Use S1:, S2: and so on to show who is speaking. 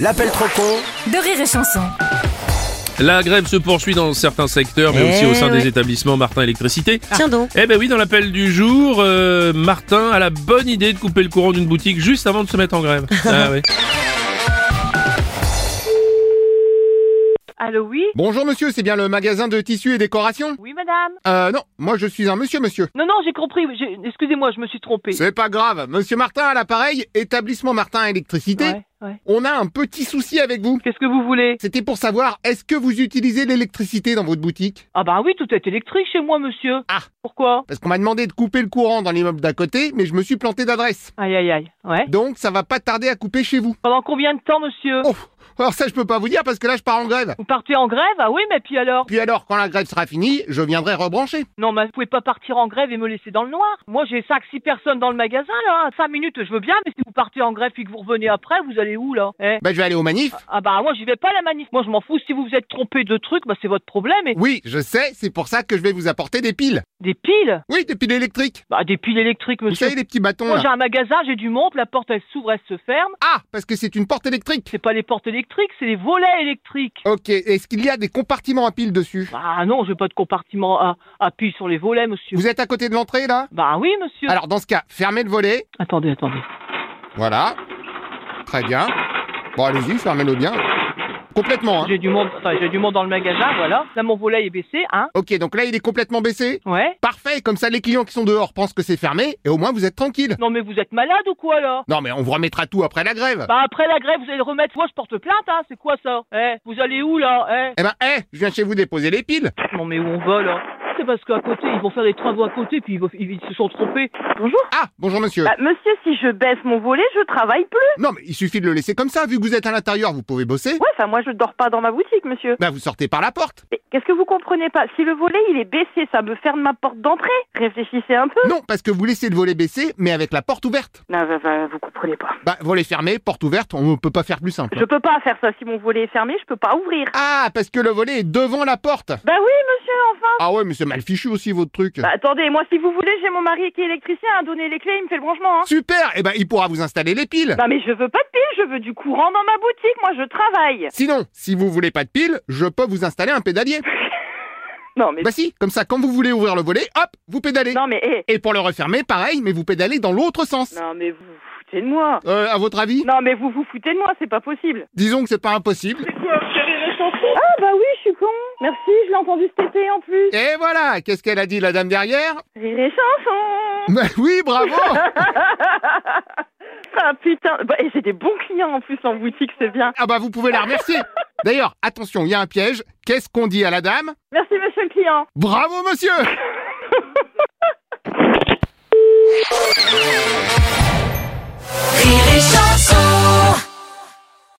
S1: L'appel trop con
S2: de rire et chanson.
S3: La grève se poursuit dans certains secteurs, mais
S4: Eh
S3: aussi au sein
S4: ouais.
S3: des établissements Martin Électricité.
S4: Tiens donc.
S3: Eh ben oui, dans l'appel du jour, euh, Martin a la bonne idée de couper le courant d'une boutique juste avant de se mettre en grève. Ah oui.
S5: Allô, oui
S6: Bonjour monsieur, c'est bien le magasin de tissus et décorations
S5: Oui, madame
S6: Euh non, moi je suis un monsieur monsieur.
S5: Non, non, j'ai compris. j'ai- Excusez-moi, je me suis trompée.
S6: C'est pas grave, monsieur Martin à l'appareil, établissement Martin électricité.
S5: Ouais, ouais.
S6: On a un petit souci avec vous.
S5: Qu'est-ce que vous voulez
S6: C'était pour savoir est-ce que vous utilisez l'électricité dans votre boutique
S5: Ah bah oui, tout est électrique chez moi, monsieur.
S6: Ah.
S5: Pourquoi
S6: Parce qu'on m'a demandé de couper le courant dans l'immeuble d'à côté, mais je me suis planté d'adresse.
S5: Aïe, aïe, aïe. Ouais.
S6: Donc ça va pas tarder à couper chez vous.
S5: Pendant combien de temps, monsieur
S6: Oh, alors ça je peux pas vous dire parce que là je pars en grève.
S5: Vous partez en grève Ah oui, mais puis alors
S6: Puis alors quand la grève sera finie, je viendrai rebrancher.
S5: Non, mais vous pouvez pas partir en grève et me laisser dans le noir. Moi, j'ai 5-6 personnes dans le magasin, là. 5 minutes, je veux bien, mais si vous partez en grève puis que vous revenez après, vous allez où, là eh
S6: Bah je vais aller au manif.
S5: Ah bah moi, j'y vais pas à la manif. Moi, je m'en fous. Si vous vous êtes trompé de truc, bah c'est votre problème. Et...
S6: Oui, je sais, c'est pour ça que je vais vous apporter des piles.
S5: Des piles
S6: Oui, des piles électriques.
S5: Bah des piles électriques,
S6: Vous
S5: monsieur.
S6: savez les petits bâtons
S5: Moi,
S6: là.
S5: j'ai un magasin, j'ai du monde, la porte, elle s'ouvre, elle se ferme.
S6: Ah, parce que c'est une porte électrique.
S5: C'est pas les portes électriques, c'est les volets électriques.
S6: Ok, est-ce qu'il y a des compartiments à piles dessus
S5: Bah non, j'ai pas de compartiment à, à pile sur les volets, monsieur.
S6: Vous êtes à côté de l'entrée là
S5: Bah oui, monsieur.
S6: Alors dans ce cas, fermez le volet.
S5: Attendez, attendez.
S6: Voilà. Très bien. Bon, allez-y, fermez-le bien. Complètement, hein.
S5: J'ai du monde, enfin, j'ai du monde dans le magasin, voilà. Là, mon volet est baissé, hein.
S6: Ok, donc là, il est complètement baissé.
S5: Ouais.
S6: Parfait, comme ça, les clients qui sont dehors pensent que c'est fermé, et au moins, vous êtes tranquille.
S5: Non, mais vous êtes malade ou quoi, là
S6: Non, mais on vous remettra tout après la grève.
S5: Bah après la grève, vous allez le remettre. Moi, je porte plainte, hein. C'est quoi ça Eh, vous allez où, là
S6: Eh ben, hé, je viens chez vous déposer les piles.
S5: Eh. Non, mais où on va, là C'est parce qu'à côté, ils vont faire des travaux à côté, puis ils, vont- ils se sont trompés. Bonjour.
S6: Ah, bonjour monsieur.
S7: Bah, monsieur, si je baisse mon volet, je travaille plus.
S6: Non, mais il suffit de le laisser comme ça, vu que vous êtes à l'intérieur, vous pouvez bosser.
S7: Ouais, enfin, moi, je dors pas dans ma boutique, monsieur.
S6: Bah, vous sortez par la porte.
S7: Mais Qu'est-ce que vous comprenez pas Si le volet, il est baissé, ça me ferme ma porte d'entrée. Réfléchissez un peu.
S6: Non, parce que vous laissez le volet baissé, mais avec la porte ouverte.
S7: Non, bah, bah, vous comprenez pas.
S6: Bah, volet fermé, porte ouverte, on ne peut pas faire plus simple. hein.
S7: Je peux pas faire ça. Si mon volet est fermé, je peux pas ouvrir.
S6: Ah, parce que le volet est devant la porte
S7: Bah oui, monsieur, enfin.
S6: Ah ouais, mais c'est mal fichu aussi votre truc
S7: Bah, attendez, moi, si vous voulez, j'ai mon mari qui est électricien à donner les clés, il me fait le branchement, hein.
S6: Super Eh ben, il pourra vous installer les piles
S7: Non, mais je veux pas de pile, je veux du courant dans ma boutique. Moi, je travaille.
S6: Sinon, si vous voulez pas de piles, je peux vous installer un pédalier
S7: Non, mais.
S6: Bah si, comme ça, quand vous voulez ouvrir le volet, hop, vous pédalez
S7: Non, mais, hé.
S6: Et pour le refermer, pareil, mais vous pédalez dans l'autre sens
S7: Non, mais vous vous foutez de moi.
S6: Euh, à votre avis
S7: Non, mais vous vous foutez de moi, c'est pas possible.
S6: Disons que c'est pas impossible.
S7: Ah, bah oui, je suis con. Merci, je l'ai entendu cet été en plus.
S6: Et voilà Qu'est-ce qu'elle a dit, la dame derrière
S7: Rire et chanson
S6: Bah oui, bravo
S7: Ah putain bah, Et j'ai des bons clients en plus en boutique, c'est bien.
S6: Ah bah, vous pouvez la remercier D'ailleurs, attention, il y a un piège. Qu'est-ce qu'on dit à la dame
S7: Merci monsieur le client
S6: Bravo, monsieur